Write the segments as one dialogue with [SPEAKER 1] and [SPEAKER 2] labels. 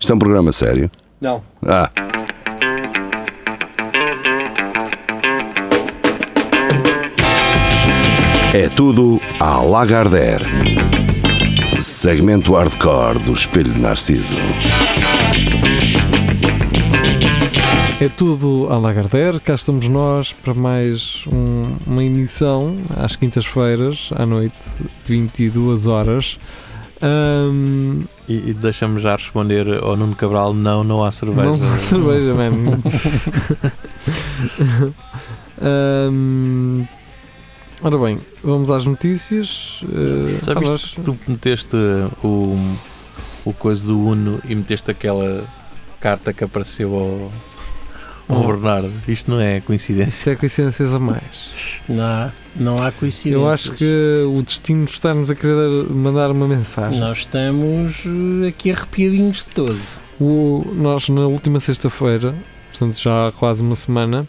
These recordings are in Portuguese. [SPEAKER 1] Isto é um programa sério.
[SPEAKER 2] Não.
[SPEAKER 1] Ah, é tudo à Lagardère. Segmento hardcore do Espelho de Narciso.
[SPEAKER 3] É tudo a Lagardère, cá estamos nós para mais um- uma emissão às quintas-feiras, à noite, 22 horas. Ahm,
[SPEAKER 4] E, e deixamos já responder ao Nuno Cabral: não, não há cerveja.
[SPEAKER 3] não há cerveja, mano. Ahm, ora bem, vamos às notícias. Ah,
[SPEAKER 4] Já
[SPEAKER 3] ah,
[SPEAKER 4] viste
[SPEAKER 3] nós-
[SPEAKER 4] Tu meteste o, o coisa do Uno e meteste aquela carta que apareceu ao, ao
[SPEAKER 3] Oh.
[SPEAKER 4] Bernardo. Isto não é coincidência.
[SPEAKER 3] Isso é coincidências a mais.
[SPEAKER 5] Não há, não há coincidências.
[SPEAKER 3] Eu acho que o destino está-nos a querer mandar uma mensagem.
[SPEAKER 5] Nós estamos eh, aqui arrepiadinhos de todo.
[SPEAKER 3] O- nós, na última sexta-feira, portanto já há quase uma semana,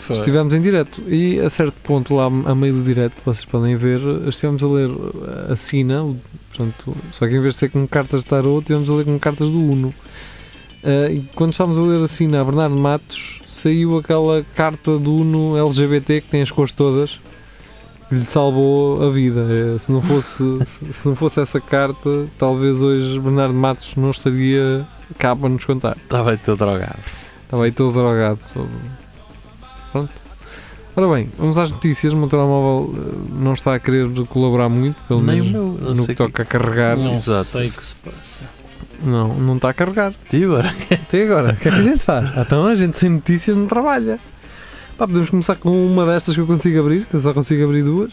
[SPEAKER 5] Foi.
[SPEAKER 3] estivemos em direto e a certo ponto, lá a meio do direto, vocês podem ver, estivemos a ler uh, a Sina, o- portanto, só que em vez de ser com cartas de tarot, estivemos a ler com cartas do Uno. Uh, e quando estávamos a ler a Sina a Bernardo Matos, saiu aquela carta do Uno LGBT que tem as cores todas. que Lhe salvou a vida. Eh, Se não, fosse, se- se não fosse essa carta, talvez hoje Bernardo Matos não estaria cá para nos contar.
[SPEAKER 4] Estava aí todo drogado.
[SPEAKER 3] Estava aí todo drogado. todo- Pronto. Ora bem, vamos às notícias. O meu telemóvel eh, não está a querer colaborar muito, pelo
[SPEAKER 4] Nem o
[SPEAKER 3] menos
[SPEAKER 4] meu.
[SPEAKER 3] no
[SPEAKER 4] Não
[SPEAKER 3] que
[SPEAKER 4] sei o
[SPEAKER 3] toca a carregar.
[SPEAKER 5] Não
[SPEAKER 4] Exato.
[SPEAKER 5] sei o que se passa.
[SPEAKER 3] Não, não está a carregar.
[SPEAKER 4] que tive, ora.
[SPEAKER 3] Até agora, o que é que a gente faz? Ah, Então a gente sem notícias não trabalha. Pá, podemos começar com uma destas que eu consigo abrir, que eu só consigo abrir duas.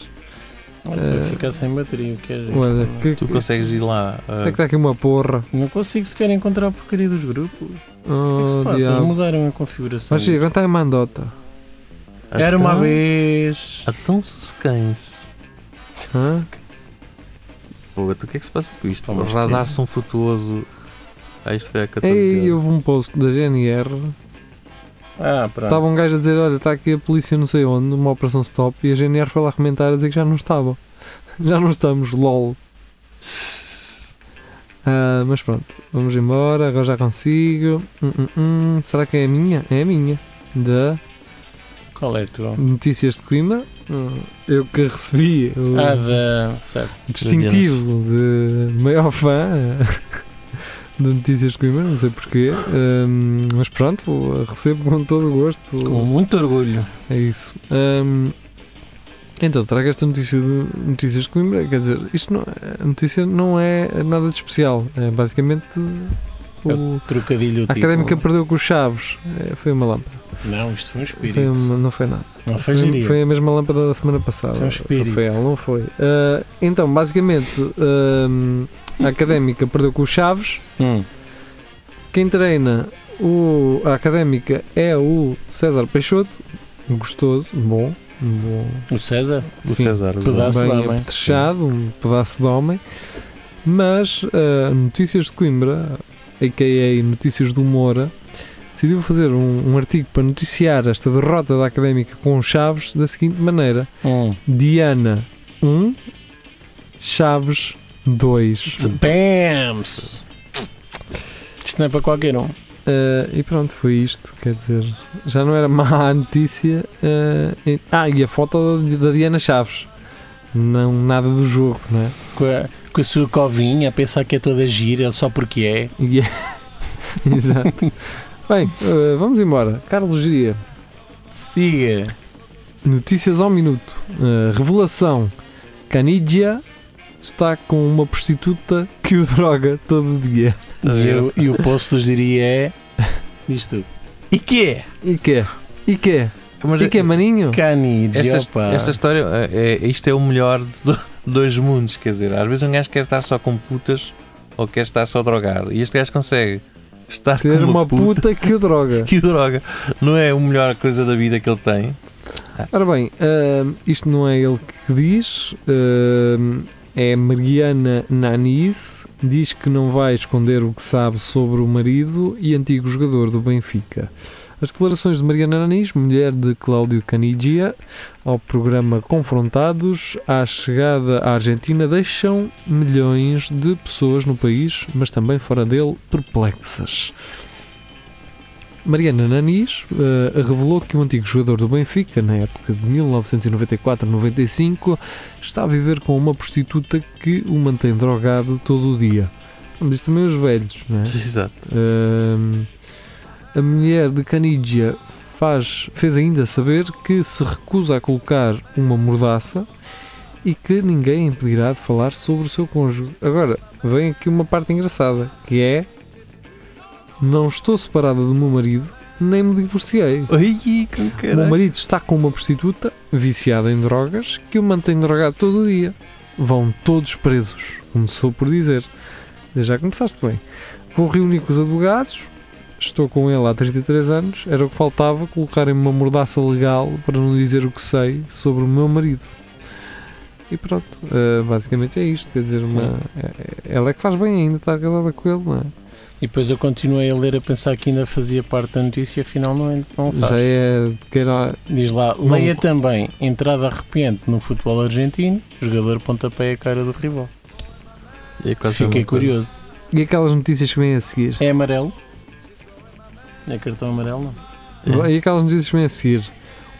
[SPEAKER 5] Estou
[SPEAKER 3] Eh,
[SPEAKER 5] a ficar sem bateria, que é jeito.
[SPEAKER 3] Olha, que,
[SPEAKER 4] Tu
[SPEAKER 3] que-
[SPEAKER 4] consegues ir lá. ah,
[SPEAKER 3] até que está aqui uma porra.
[SPEAKER 5] Não consigo sequer encontrar a porcaria dos grupos. o que é que se
[SPEAKER 3] Oh,
[SPEAKER 5] passa? Eles
[SPEAKER 3] diabo.
[SPEAKER 5] mudaram a configuração.
[SPEAKER 3] Mas chega, agora está em Mandota.
[SPEAKER 5] Era uma
[SPEAKER 4] então-
[SPEAKER 5] vez.
[SPEAKER 4] Então sosseguem-se.
[SPEAKER 3] Hã?
[SPEAKER 4] Pô, tu o que é que se passa com isto?
[SPEAKER 5] Toma,
[SPEAKER 4] O radar sunfrutuoso. Ah, isto foi a 14
[SPEAKER 3] Ei,
[SPEAKER 4] horas.
[SPEAKER 3] houve um post da GNR
[SPEAKER 5] Ah, pronto.
[SPEAKER 3] Estava um gajo a dizer, olha, está aqui a polícia não sei onde, uma operação stop, e a GNR foi lá comentar a dizer que já não estava. Já não estamos, lol. Ah, mas pronto, vamos embora, agora já consigo. Hum, hum, hum. Será que é a minha? É a minha. Da
[SPEAKER 5] Qual é a tua?
[SPEAKER 3] Notícias de Coimbra. Hum, Eu que recebi o
[SPEAKER 5] Ah, da. Certo.
[SPEAKER 3] distintivo de maior fã eh, de Notícias de Coimbra, não sei porquê. Hum, mas pronto, vou- recebo com todo o gosto.
[SPEAKER 5] Com muito orgulho.
[SPEAKER 3] É isso. Ahm, então, trago esta notícia de Notícias de Coimbra. Quer dizer, isto não, a notícia não é nada de especial. É basicamente o,
[SPEAKER 5] Trocadilho
[SPEAKER 3] a
[SPEAKER 5] tipo.
[SPEAKER 3] académica perdeu com os chaves. É, foi uma lâmpada.
[SPEAKER 5] Não, isto foi um espírito.
[SPEAKER 3] Foi uma- não foi nada.
[SPEAKER 5] Não foi
[SPEAKER 3] Foi,
[SPEAKER 5] gíria.
[SPEAKER 3] foi a mesma lâmpada da semana passada.
[SPEAKER 5] Foi um espírito.
[SPEAKER 3] Rafael, não foi. Ah, então, basicamente, ahm, a académica perdeu com os chaves.
[SPEAKER 5] Hum.
[SPEAKER 3] Quem treina o, a académica é o César Peixoto. Gostoso, bom, bom.
[SPEAKER 5] O César?
[SPEAKER 4] O
[SPEAKER 3] Sim.
[SPEAKER 4] César.
[SPEAKER 5] Pedaço.
[SPEAKER 4] exato.
[SPEAKER 5] pedaço de
[SPEAKER 3] bem
[SPEAKER 5] homem.
[SPEAKER 3] apetrechado, um pedaço de homem. Mas ah, Notícias de Coimbra, a.k.a. Notícias do Moura, decidiu fazer um, um artigo para noticiar esta derrota da académica com os Chaves da seguinte maneira:
[SPEAKER 5] Hum.
[SPEAKER 3] Diana 1, Chaves 2.
[SPEAKER 5] Bams! Isto não é para qualquer um.
[SPEAKER 3] Ah, e pronto, foi isto. Quer dizer, já não era má a notícia. ah, e- ah, e a foto da, da Diana Chaves. Não, nada do jogo, não é?
[SPEAKER 5] Com a, com a sua covinha, a pensar que é toda gira, só porque é.
[SPEAKER 3] E é- Exato. Bem, eh, vamos embora. Carlos Giria,
[SPEAKER 5] Siga!
[SPEAKER 3] notícias ao minuto. Eh, revelação: Canidia está com uma prostituta que o droga todo dia.
[SPEAKER 5] E,
[SPEAKER 4] Tá
[SPEAKER 5] eu- e o posto dos diria é. Diz tu.
[SPEAKER 4] E que é?
[SPEAKER 3] E que? E que? é?
[SPEAKER 4] Mas é-
[SPEAKER 3] E que, é maninho?
[SPEAKER 5] Cani,
[SPEAKER 4] esta,
[SPEAKER 5] opa.
[SPEAKER 4] esta história, é, é- isto é o melhor de do- dois mundos. Quer dizer, às vezes um gajo quer estar só com putas ou quer estar só drogado. E este gajo consegue estar
[SPEAKER 3] Ter
[SPEAKER 4] com
[SPEAKER 3] uma puta que o droga.
[SPEAKER 4] que droga. Não é a melhor coisa da vida que ele tem?
[SPEAKER 3] Ora bem, eh, isto não é ele que diz. eh, é Mariana Nanis, diz que não vai esconder o que sabe sobre o marido e antigo jogador do Benfica. As declarações de Mariana Nanis, mulher de Cláudio Canigia, ao programa Confrontados, à chegada à Argentina, deixam milhões de pessoas no país, mas também fora dele, perplexas. Mariana Nanis eh, revelou que o antigo jogador do Benfica, na época de 1994-95, está a viver com uma prostituta que o mantém drogado todo o dia. Mas também os velhos, não é?
[SPEAKER 5] Exato.
[SPEAKER 3] Ahm, a mulher de Canidia faz, fez ainda saber que se recusa a colocar uma mordaça e que ninguém a impedirá de falar sobre o seu cônjuge. Agora, vem aqui uma parte engraçada, que é não estou separada do meu marido, nem me divorciei.
[SPEAKER 5] Ai, que
[SPEAKER 3] O meu
[SPEAKER 5] caralho.
[SPEAKER 3] marido está com uma prostituta viciada em drogas que o mantém drogado todo o dia. Vão todos presos. Começou por dizer. Já começaste bem. Vou reunir com os advogados. Estou com ele há 33 anos. Era o que faltava colocarem-me uma mordaça legal para não dizer o que sei sobre o meu marido. E pronto, eh, basicamente é isto. Quer dizer,
[SPEAKER 5] Sim.
[SPEAKER 3] uma- eh, ela é que faz bem ainda estar casada com ele, não é?
[SPEAKER 5] E depois eu continuei a ler a pensar que ainda fazia parte da notícia e afinal não, é- não faz.
[SPEAKER 3] Já é de quem era-
[SPEAKER 5] Diz lá,
[SPEAKER 3] Não-
[SPEAKER 5] leia também, entrada arrepiante no futebol argentino, jogador pontapé a cara do rival.
[SPEAKER 4] É quase a
[SPEAKER 5] Fiquei
[SPEAKER 4] mesma coisa.
[SPEAKER 5] curioso.
[SPEAKER 3] E aquelas notícias que vêm a seguir?
[SPEAKER 5] É amarelo? É cartão amarelo? Não.
[SPEAKER 4] É.
[SPEAKER 3] E aquelas notícias que vêm a seguir.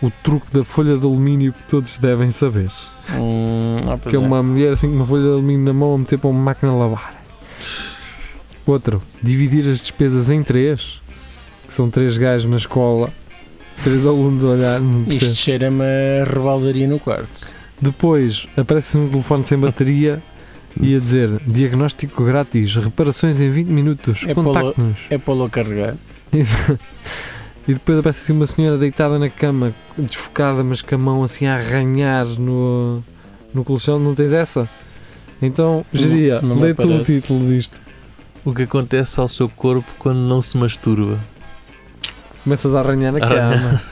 [SPEAKER 3] O truque da folha de alumínio que todos devem saber.
[SPEAKER 5] Hum, ah, pois
[SPEAKER 3] que é uma mulher assim com uma folha de alumínio na mão a meter para uma máquina a lavar. Outro, dividir as despesas em três. Que são três gajos na escola. Três alunos a olhar. não percebo.
[SPEAKER 5] Isto cheira-me a rebaldaria no quarto.
[SPEAKER 3] Depois aparece um telefone sem bateria e a dizer diagnóstico grátis, reparações em 20 minutos,
[SPEAKER 5] É para lo-
[SPEAKER 3] contacte-nos.
[SPEAKER 5] É para lo carregar.
[SPEAKER 3] Isso. E depois aparece assim uma senhora deitada na cama, desfocada, mas com a mão assim a arranhar no, no colchão. Não tens essa? Então,
[SPEAKER 5] Não-
[SPEAKER 3] geria,
[SPEAKER 5] não me
[SPEAKER 3] lê tu o
[SPEAKER 5] aparece.
[SPEAKER 3] título disto.
[SPEAKER 4] O que acontece ao seu corpo quando não se masturba?
[SPEAKER 3] Começas a arranhar na cama.
[SPEAKER 4] Arranhar.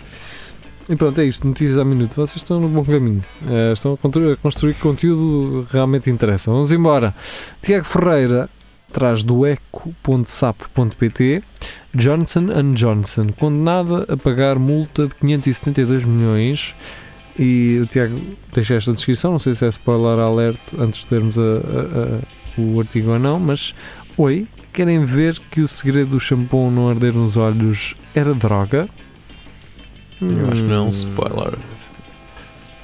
[SPEAKER 3] E pronto, é isto, notícias ao minuto. Vocês estão no bom caminho. Eh, estão a constru- a construir conteúdo que realmente interessa. Vamos embora. Tiago Ferreira traz do eco.sapo.pt Johnson Johnson, condenada a pagar multa de 572 milhões. E o Tiago deixa esta descrição, não sei se é spoiler alert antes de termos a- a- a- o artigo ou não, mas oi, querem ver que o segredo do shampoo não arder nos olhos era droga?
[SPEAKER 4] Eu acho que não é um
[SPEAKER 3] Hum.
[SPEAKER 4] spoiler.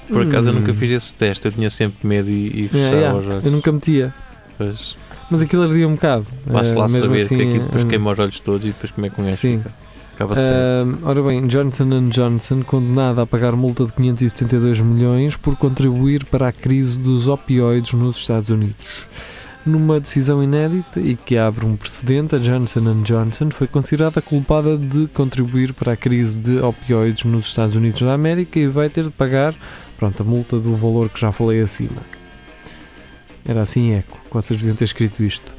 [SPEAKER 4] Por acaso eu nunca
[SPEAKER 3] Hum.
[SPEAKER 4] fiz esse teste, eu tinha sempre medo e, e
[SPEAKER 3] É,
[SPEAKER 4] fechava
[SPEAKER 3] yeah,
[SPEAKER 4] os olhos.
[SPEAKER 3] Eu nunca metia.
[SPEAKER 4] Mas
[SPEAKER 3] Mas aquilo ardia um bocado.
[SPEAKER 4] Vá-se lá
[SPEAKER 3] Eh, mesmo
[SPEAKER 4] saber,
[SPEAKER 3] assim,
[SPEAKER 4] que aquilo depois
[SPEAKER 3] eh,
[SPEAKER 4] queima os olhos todos e depois como é que um gajo
[SPEAKER 3] Sim.
[SPEAKER 4] acaba sempre.
[SPEAKER 3] Ahm, ora bem, Johnson Johnson condenada a pagar multa de 572 milhões por contribuir para a crise dos opioides nos Estados Unidos. Numa decisão inédita e que abre um precedente, a Johnson Johnson foi considerada culpada de contribuir para a crise de opioides nos Estados Unidos da América e vai ter de pagar pronto, a multa do valor que já falei acima. Era assim eco, que vocês deviam ter escrito isto.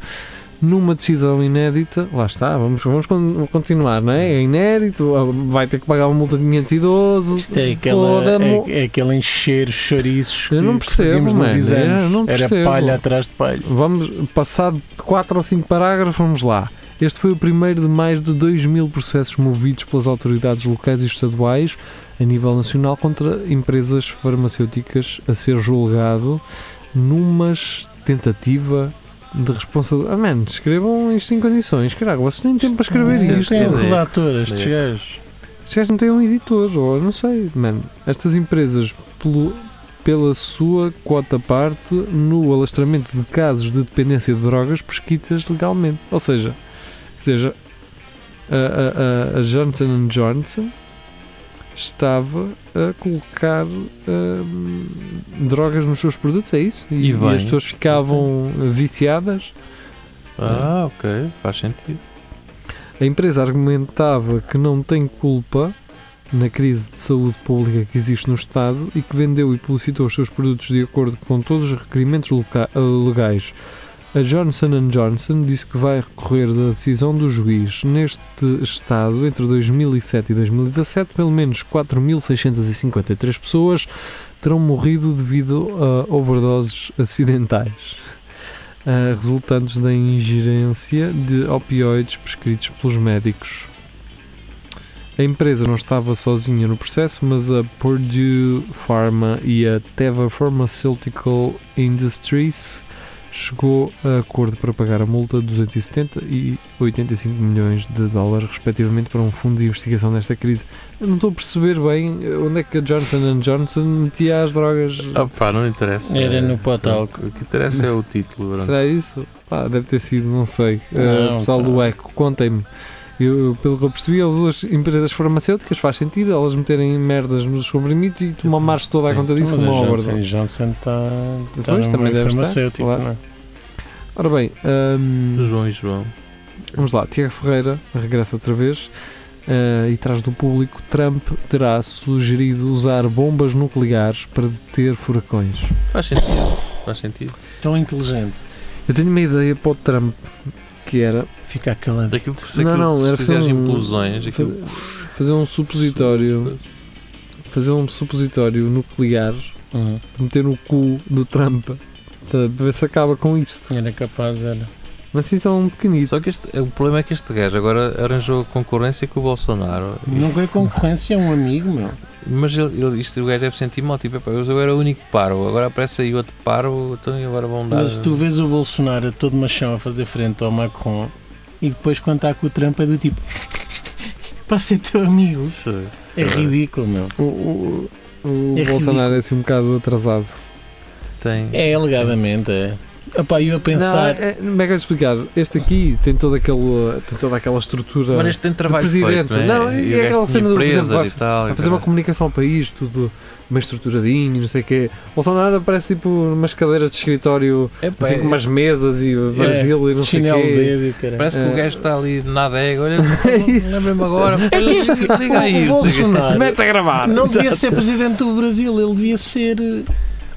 [SPEAKER 3] Numa decisão inédita, lá está, vamos, vamos con- continuar, não é? É inédito, ah, vai ter que pagar uma multa de 512.
[SPEAKER 5] Isto é
[SPEAKER 3] toda
[SPEAKER 5] aquela,
[SPEAKER 3] mo-
[SPEAKER 5] é, é aquele encher chouriços
[SPEAKER 3] Eu não
[SPEAKER 5] que- que
[SPEAKER 3] percebo,
[SPEAKER 5] fazíamos nos
[SPEAKER 3] mano,
[SPEAKER 5] exames.
[SPEAKER 3] eu não percebo.
[SPEAKER 5] Era palha atrás de palha.
[SPEAKER 3] Vamos, passado 4 ou 5 parágrafos, vamos lá. Este foi o primeiro de mais de 2 mil processos movidos pelas autoridades locais e estaduais a nível nacional contra empresas farmacêuticas a ser julgado numa tentativa de responsabilidade. Ah, mano, escrevam isto em condições, caralho, vocês têm tempo para escrever
[SPEAKER 5] Isto
[SPEAKER 3] isto.
[SPEAKER 5] Tem
[SPEAKER 4] é-
[SPEAKER 5] redator, estes
[SPEAKER 4] é.
[SPEAKER 5] gajos.
[SPEAKER 3] Estes gajos não têm um editor, ou eu não sei, mano. Estas empresas, pelo- pela sua quota parte no alastramento de casos de dependência de drogas prescritas legalmente. Ou seja, ou seja a, a- a- a Johnson Johnson estava a colocar hum, drogas nos seus produtos, é isso?
[SPEAKER 4] E bem.
[SPEAKER 3] as pessoas ficavam viciadas.
[SPEAKER 4] Ah, ok, faz sentido.
[SPEAKER 3] A empresa argumentava que não tem culpa na crise de saúde pública que existe no Estado e que vendeu e publicitou os seus produtos de acordo com todos os requerimentos loca- eh, legais. A Johnson Johnson disse que vai recorrer da decisão do juiz. Neste estado, entre 2007 e 2017, pelo menos 4.653 pessoas terão morrido devido a overdoses acidentais, ah, resultantes da ingerência de opioides prescritos pelos médicos. A empresa não estava sozinha no processo, mas a Purdue Pharma e a Teva Pharmaceutical Industries chegou a acordo para pagar a multa de 270 e 85 milhões de dólares, respectivamente, para um fundo de investigação desta crise. Eu não estou a perceber bem eh, onde é que a Johnson Johnson metia as drogas.
[SPEAKER 4] Ah, pá, não interessa.
[SPEAKER 5] Era no
[SPEAKER 4] Pronto,
[SPEAKER 5] Patalco.
[SPEAKER 4] O que interessa é o título. pronto.
[SPEAKER 3] Será isso? Pá, deve ter sido, não sei.
[SPEAKER 5] Não,
[SPEAKER 3] Eh, pessoal
[SPEAKER 5] tá.
[SPEAKER 3] do ECO, contem-me. Eu, eu, pelo que eu percebi, houve duas empresas farmacêuticas, faz sentido, elas meterem merdas nos comprimidos e tomar marcha toda a
[SPEAKER 4] Sim.
[SPEAKER 3] conta disso
[SPEAKER 5] Mas é a
[SPEAKER 3] como uma obra.
[SPEAKER 5] Johnson Johnson está tá
[SPEAKER 3] Pois,
[SPEAKER 5] no meio
[SPEAKER 3] também deve estar,
[SPEAKER 5] farmacêutico,
[SPEAKER 3] claro.
[SPEAKER 5] não é?
[SPEAKER 3] Ora bem, ahm,
[SPEAKER 4] João e João.
[SPEAKER 3] Vamos lá, Tiago Ferreira regressa outra vez eh, e traz do público: Trump terá sugerido usar bombas nucleares para deter furacões.
[SPEAKER 4] Faz sentido. Faz sentido.
[SPEAKER 5] Tão inteligente.
[SPEAKER 3] Eu tenho uma ideia para o Trump que era
[SPEAKER 5] Ficar calado.
[SPEAKER 4] Daquilo é que se
[SPEAKER 3] Não,
[SPEAKER 4] aquilo,
[SPEAKER 3] não,
[SPEAKER 4] se
[SPEAKER 3] era
[SPEAKER 4] fizeres
[SPEAKER 3] fazer um-
[SPEAKER 4] implosões,
[SPEAKER 3] fa-
[SPEAKER 4] aquilo.
[SPEAKER 3] fazer um supositório, fazer um supositório nuclear,
[SPEAKER 5] Uhum.
[SPEAKER 3] meter no cu do Trump tá, para ver se acaba com isto.
[SPEAKER 5] Era capaz, era.
[SPEAKER 3] Mas isso é um pequenito.
[SPEAKER 4] Só que este, o problema é que este gajo agora arranjou concorrência com o Bolsonaro. E-
[SPEAKER 5] Não é concorrência, é um amigo, meu.
[SPEAKER 4] Mas ele, ele- isto o gajo deve sentir mal. Tipo, "Epá, eu era o único paro, agora aparece aí outro paro, então e agora vão dar.
[SPEAKER 5] Mas tu vês o Bolsonaro todo machão a fazer frente ao Macron e depois quando está com o Trump é do tipo para ser teu amigo.
[SPEAKER 4] Isso.
[SPEAKER 5] É ridículo, meu.
[SPEAKER 3] O, o- o
[SPEAKER 5] É
[SPEAKER 3] Bolsonaro é assim um bocado atrasado.
[SPEAKER 4] Tem.
[SPEAKER 5] É alegadamente, é. Opá, eu a pensar.
[SPEAKER 3] Não, é- é- como é que eu vou explicar? Este aqui tem, todo aquele, tem toda aquela estrutura.
[SPEAKER 4] Mas este tem trabalho
[SPEAKER 3] presidente.
[SPEAKER 4] feito,
[SPEAKER 3] Não,
[SPEAKER 4] é?
[SPEAKER 3] e
[SPEAKER 4] o gajo
[SPEAKER 3] aquela
[SPEAKER 4] tinha
[SPEAKER 3] cena do
[SPEAKER 4] empresas
[SPEAKER 3] presidente, vai-
[SPEAKER 4] e tal.
[SPEAKER 3] a
[SPEAKER 4] e
[SPEAKER 3] fazer uma
[SPEAKER 4] caralho.
[SPEAKER 3] comunicação ao país, tudo bem estruturadinho, não sei o quê. O Bolsonaro aparece tipo umas cadeiras de escritório,
[SPEAKER 4] Epá,
[SPEAKER 3] assim,
[SPEAKER 4] é-
[SPEAKER 3] com umas mesas e Brasil e não sei o
[SPEAKER 5] é, Chinelo
[SPEAKER 3] quê.
[SPEAKER 5] dedo, cara.
[SPEAKER 4] Parece que
[SPEAKER 3] É.
[SPEAKER 4] o gajo está ali na adega, olha, lembra-me agora. É
[SPEAKER 5] que este-
[SPEAKER 4] liga aí,
[SPEAKER 5] o Bolsonaro
[SPEAKER 3] Mete a gravar!
[SPEAKER 5] não devia ser presidente do Brasil, ele devia ser eh,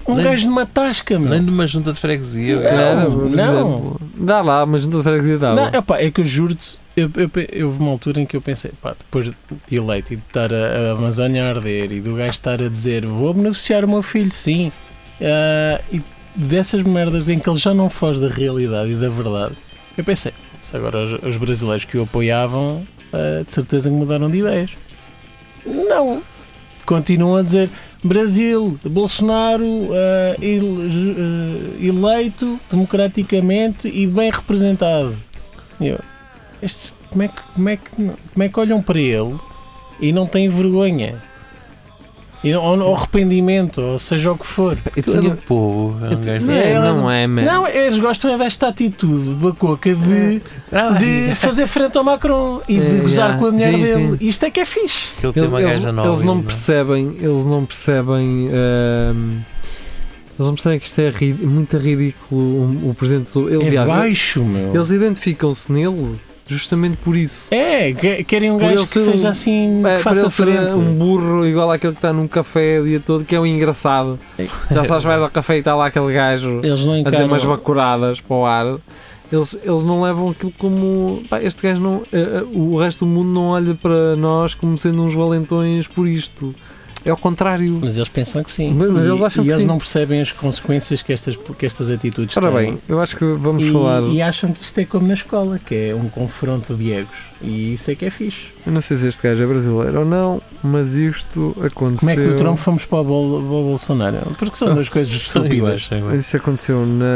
[SPEAKER 5] um
[SPEAKER 4] Nem-
[SPEAKER 5] gajo de uma tasca, meu.
[SPEAKER 4] Nem de uma junta de freguesia.
[SPEAKER 5] Não.
[SPEAKER 4] é.
[SPEAKER 3] Era,
[SPEAKER 5] não.
[SPEAKER 3] por exemplo. Dá lá, mas não sei o que dá.
[SPEAKER 5] Não, epá, é que eu juro-te, eu, eu, pe- eu, houve uma altura em que eu pensei, pá, depois de eleito e de estar a, a Amazónia a arder e do gajo estar a dizer vou beneficiar o meu filho, sim, ah, e dessas merdas em que ele já não foge da realidade e da verdade, eu pensei, se agora os, os brasileiros que o apoiavam, ah, de certeza que mudaram de ideias. Não. Continuam a dizer Brasil, Bolsonaro ah, ele- ju- ah, eleito democraticamente e bem representado. E eu, estes, como, é que, como, é que, não- como é que olham para ele e não têm vergonha? E não- ou, ou arrependimento, ou seja o que for.
[SPEAKER 3] Eu
[SPEAKER 4] Aquilo é
[SPEAKER 3] tinha-
[SPEAKER 4] do povo. É um gajo.
[SPEAKER 3] Não é, não é, man.
[SPEAKER 5] Não, eles gostam é desta atitude bacoca de, de fazer frente ao Macron e de
[SPEAKER 3] Ah, É,
[SPEAKER 5] gozar
[SPEAKER 3] yeah.
[SPEAKER 5] com a mulher
[SPEAKER 3] Sim,
[SPEAKER 5] dele. Isto é que é fixe.
[SPEAKER 4] Que ele tem
[SPEAKER 3] Eles,
[SPEAKER 4] uma
[SPEAKER 3] eles-
[SPEAKER 4] gaja nova. né?
[SPEAKER 3] eles não
[SPEAKER 4] ainda.
[SPEAKER 3] percebem, eles não percebem, ahm, eles não percebem que isto é ri- muito ridículo um, o, o presente do. Eles,
[SPEAKER 5] é
[SPEAKER 3] aliás,
[SPEAKER 5] baixo, meu.
[SPEAKER 3] eles identificam-se nele justamente por isso.
[SPEAKER 5] É, que- querem um
[SPEAKER 3] Por
[SPEAKER 5] gajo
[SPEAKER 3] ele
[SPEAKER 5] que
[SPEAKER 3] ser
[SPEAKER 5] seja
[SPEAKER 3] um-
[SPEAKER 5] assim,
[SPEAKER 3] É,
[SPEAKER 5] que
[SPEAKER 3] para
[SPEAKER 5] faça
[SPEAKER 3] ele ser
[SPEAKER 5] frente.
[SPEAKER 3] um burro igual àquele que está num café o dia todo, que é um engraçado. Já sabes, vais ao café e está lá aquele gajo
[SPEAKER 5] Eles não
[SPEAKER 3] a dizer umas
[SPEAKER 5] encaram.
[SPEAKER 3] bacuradas para o ar. Eles, eles não levam aquilo como. pá, este gajo não. eh, eh, o resto do mundo não olha para nós como sendo uns valentões por isto. É ao contrário.
[SPEAKER 5] Mas eles pensam que sim.
[SPEAKER 3] Mas- mas
[SPEAKER 5] e
[SPEAKER 3] eles acham
[SPEAKER 5] e
[SPEAKER 3] que
[SPEAKER 5] eles
[SPEAKER 3] sim.
[SPEAKER 5] não percebem as consequências que estas, que estas atitudes
[SPEAKER 3] Ora
[SPEAKER 5] têm.
[SPEAKER 3] bem, eu acho que vamos
[SPEAKER 5] E,
[SPEAKER 3] falar.
[SPEAKER 5] e acham que isto é como na escola, que é um confronto de egos. E isso é que é fixe.
[SPEAKER 3] Eu não sei se este gajo é brasileiro ou não, mas isto aconteceu.
[SPEAKER 5] Como é que do
[SPEAKER 3] um-
[SPEAKER 5] Trump fomos para o, Bol- para o Bolsonaro? Porque são duas coisas
[SPEAKER 4] são
[SPEAKER 5] estúpidas.
[SPEAKER 4] iguais, são iguais.
[SPEAKER 3] Isso aconteceu na,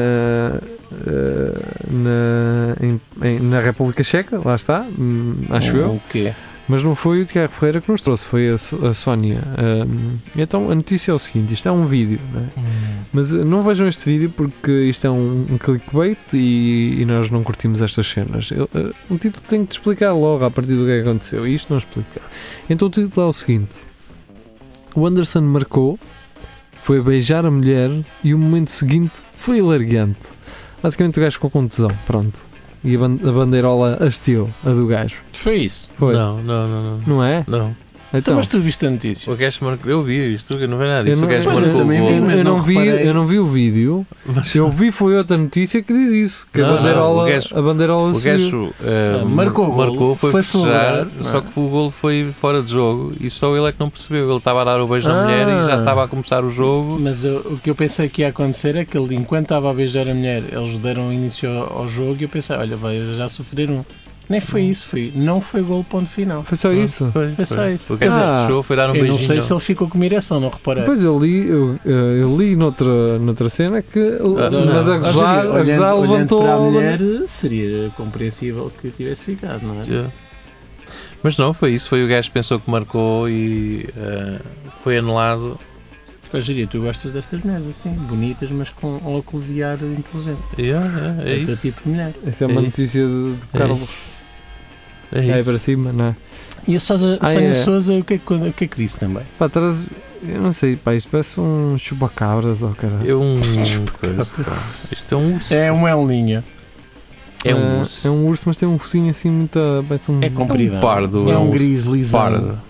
[SPEAKER 3] eh, na, em- em- na República Checa, lá está, hum, acho eu.
[SPEAKER 5] O quê?
[SPEAKER 3] Mas não foi o Tiago Ferreira que nos trouxe, foi a, S- a Sónia. Ahm, então a notícia é o seguinte: isto é um vídeo, não é?
[SPEAKER 4] Hum.
[SPEAKER 3] mas eh, não vejam este vídeo porque isto é um, um clickbait e, e nós não curtimos estas cenas. Eu, eh, o título tem que te explicar logo a partir do que é que aconteceu e isto não explica. Então o título é o seguinte: O Anderson marcou, foi beijar a mulher e o momento seguinte foi alargante. Basicamente o gajo ficou com tesão, pronto. E a, ban- a bandeirola hasteou, a do gajo.
[SPEAKER 5] Foi isso.
[SPEAKER 3] Foi.
[SPEAKER 4] Não, não, não, não.
[SPEAKER 3] Não é?
[SPEAKER 4] Não.
[SPEAKER 3] Então,
[SPEAKER 5] Então, mas tu viste a notícia?
[SPEAKER 4] O gajo marcou. Eu vi isto, eu não vi nada disso.
[SPEAKER 3] não,
[SPEAKER 4] O gajo
[SPEAKER 5] pois,
[SPEAKER 4] marcou.
[SPEAKER 5] eu também
[SPEAKER 4] o
[SPEAKER 5] vi,
[SPEAKER 4] gol.
[SPEAKER 5] mas
[SPEAKER 3] eu não
[SPEAKER 5] não
[SPEAKER 3] vi,
[SPEAKER 5] reparei.
[SPEAKER 3] eu não vi o vídeo.
[SPEAKER 4] Mas-
[SPEAKER 3] Eu vi foi outra notícia que diz isso, que
[SPEAKER 4] Não,
[SPEAKER 3] a
[SPEAKER 4] não,
[SPEAKER 3] bandeirola,
[SPEAKER 4] o gajo-
[SPEAKER 3] a bandeirola
[SPEAKER 4] O
[SPEAKER 3] subiu.
[SPEAKER 4] gajo eh,
[SPEAKER 5] Ah, marcou o golo,
[SPEAKER 4] marcou, foi,
[SPEAKER 5] foi
[SPEAKER 4] festejar,
[SPEAKER 5] celebrar,
[SPEAKER 4] só
[SPEAKER 5] não é?
[SPEAKER 4] que o golo foi fora de jogo e só ele é que não percebeu. Ele estava a dar o beijo à
[SPEAKER 3] Ah.
[SPEAKER 4] mulher e já estava a começar o jogo.
[SPEAKER 5] Mas eu- o que eu pensei que ia acontecer é que ele, enquanto estava a beijar a mulher, eles deram início ao, ao jogo e eu pensei, olha, vai já sofrer um. Nem foi isso, foi. Não foi gol, ponto final.
[SPEAKER 3] Foi
[SPEAKER 4] Ah.
[SPEAKER 3] só isso.
[SPEAKER 4] Foi,
[SPEAKER 5] Foi só isso.
[SPEAKER 4] O gajo
[SPEAKER 3] Ah.
[SPEAKER 4] festejou, foi dar um
[SPEAKER 5] eu não
[SPEAKER 4] beijinho.
[SPEAKER 5] sei se ele ficou com uma ereção, não reparei.
[SPEAKER 3] Depois eu li, eu, eh, eu li noutra, noutra cena que.
[SPEAKER 4] Ah, não.
[SPEAKER 3] mas a
[SPEAKER 4] Ah,
[SPEAKER 3] gozar, a gozar levantou.
[SPEAKER 5] para a
[SPEAKER 3] a
[SPEAKER 5] mulher, seria compreensível que tivesse ficado, não é?
[SPEAKER 4] Yeah. Mas não, foi isso. Foi o gajo que pensou que marcou e eh, foi anulado.
[SPEAKER 5] Pois, Jeria, tu gostas destas mulheres assim, bonitas, mas com óculos e ar inteligente.
[SPEAKER 4] Yeah, yeah, é,
[SPEAKER 5] É, o teu
[SPEAKER 4] isso.
[SPEAKER 5] tipo de mulher.
[SPEAKER 3] Essa é uma
[SPEAKER 4] É isso.
[SPEAKER 3] notícia de, de Carlos.
[SPEAKER 4] É
[SPEAKER 3] É,
[SPEAKER 4] isso.
[SPEAKER 3] para cima, não é?
[SPEAKER 5] E a Sousa,
[SPEAKER 3] Ah,
[SPEAKER 5] Sónia
[SPEAKER 3] é.
[SPEAKER 5] Sousa, o que, é que- o que é que disse também?
[SPEAKER 3] Pá, traz. Eu não sei, pá, isto parece um chupacabras ou caralho.
[SPEAKER 4] É um. coisa, pá. Isto é um urso.
[SPEAKER 5] É um El Ninho.
[SPEAKER 4] É
[SPEAKER 3] Ah,
[SPEAKER 4] um urso.
[SPEAKER 3] É um urso, mas tem um focinho assim muito. Parece um.
[SPEAKER 5] É comprido.
[SPEAKER 4] É um pardo,
[SPEAKER 5] É
[SPEAKER 4] é
[SPEAKER 5] um
[SPEAKER 4] um
[SPEAKER 5] gris lisado.
[SPEAKER 4] Pardo.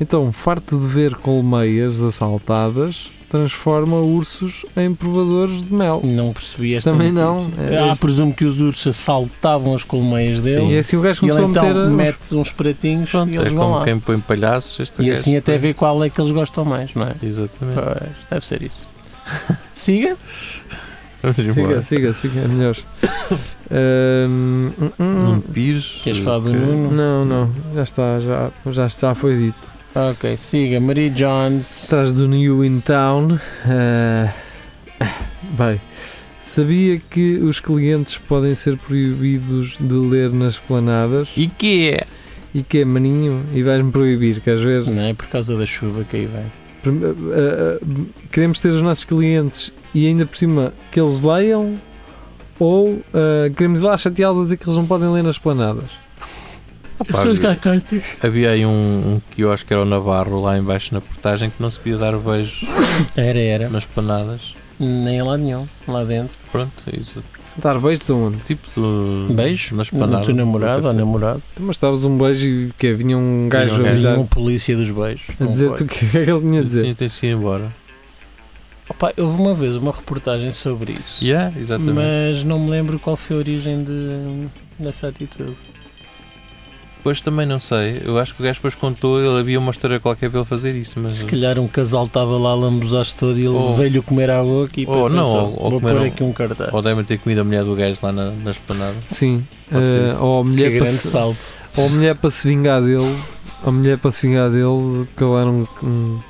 [SPEAKER 3] Então, farto de ver colmeias assaltadas, transforma ursos em provadores de mel.
[SPEAKER 5] Não percebi esta
[SPEAKER 3] Também não.
[SPEAKER 5] notícia.
[SPEAKER 3] É,
[SPEAKER 5] ah,
[SPEAKER 3] este-
[SPEAKER 5] presumo que os ursos assaltavam as colmeias
[SPEAKER 3] E
[SPEAKER 5] é dele.
[SPEAKER 3] assim o gajo
[SPEAKER 5] E ele
[SPEAKER 3] começou a meter.
[SPEAKER 5] então
[SPEAKER 3] uns-
[SPEAKER 5] mete uns pratinhos
[SPEAKER 4] Pronto,
[SPEAKER 5] e eles
[SPEAKER 4] é
[SPEAKER 5] vão
[SPEAKER 4] como
[SPEAKER 5] lá.
[SPEAKER 4] quem põe palhaços. Este
[SPEAKER 5] E
[SPEAKER 4] gajo
[SPEAKER 5] assim até
[SPEAKER 4] põe-
[SPEAKER 5] ver qual é que eles gostam mais, não é?
[SPEAKER 4] Exatamente.
[SPEAKER 5] Pois, deve ser isso. Siga.
[SPEAKER 4] Vamos embora.
[SPEAKER 3] Siga, siga, siga, é melhor. Ahm, hum, hum,
[SPEAKER 4] Nuno Pires.
[SPEAKER 5] Queres falar do
[SPEAKER 4] que-
[SPEAKER 5] Nuno?
[SPEAKER 3] não, não, já está, já, já está, foi dito.
[SPEAKER 5] Ok, siga. Marie Jones.
[SPEAKER 4] Tá.
[SPEAKER 3] Estás do New in Town. ah, bem, sabia que os clientes podem ser proibidos de ler nas planadas?
[SPEAKER 4] E que é?
[SPEAKER 3] E que é maninho? E vais-me proibir, queres ver?
[SPEAKER 5] Não é por causa da chuva que aí vem.
[SPEAKER 3] Prime- ah, ah, queremos ter os nossos clientes e ainda por cima que eles leiam? Ou ah, queremos ir lá chateá-los a dizer que eles não podem ler nas planadas?
[SPEAKER 4] Pá, Havia aí um, um quiosque, era o Navarro, lá embaixo na portagem, que não se podia dar beijos
[SPEAKER 5] Era, era.
[SPEAKER 4] nas panadas.
[SPEAKER 5] Nem lá nenhum. Lá dentro.
[SPEAKER 4] Pronto, é isso.
[SPEAKER 3] Dar beijos a onde?
[SPEAKER 4] Tipo do.
[SPEAKER 5] Beijo.
[SPEAKER 4] Nas
[SPEAKER 5] No
[SPEAKER 4] panadas.
[SPEAKER 5] teu namorado ou namorado.
[SPEAKER 3] Mas estavas um beijo e que vinha um gajo
[SPEAKER 4] Vinha um
[SPEAKER 3] a
[SPEAKER 4] gajo.
[SPEAKER 3] avisar,
[SPEAKER 5] Vinha um polícia dos beijos.
[SPEAKER 3] a dizer-te o que é que ele tinha a dizer.
[SPEAKER 4] Tinha- Tinha-se ido embora.
[SPEAKER 5] Opa, houve uma vez uma reportagem sobre isso.
[SPEAKER 4] Yeah, exatamente.
[SPEAKER 5] Mas não me lembro qual foi a origem de- dessa atitude.
[SPEAKER 4] Depois também não sei. Eu acho que o gajo depois contou, ele havia uma história qualquer para ele fazer isso, mas.
[SPEAKER 5] Se calhar um casal estava lá a lambuzar-se todo e ele
[SPEAKER 4] Ou-
[SPEAKER 5] veio-lhe comer à boca e depois
[SPEAKER 4] ou Oh, não,
[SPEAKER 5] pensou,
[SPEAKER 4] ou- ou
[SPEAKER 5] vou
[SPEAKER 4] comeram-
[SPEAKER 5] pôr aqui um cartaz.
[SPEAKER 4] eh, Ou devem ter comido a mulher do gajo lá na, nas panadas.
[SPEAKER 3] Sim.
[SPEAKER 4] Pode ser
[SPEAKER 3] eh,
[SPEAKER 4] isso.
[SPEAKER 3] ou, a
[SPEAKER 5] que
[SPEAKER 3] mulher para
[SPEAKER 5] grande
[SPEAKER 3] se,
[SPEAKER 5] salto.
[SPEAKER 3] ou a mulher para se vingar dele. A mulher para se vingar dele, porque ele era um, um-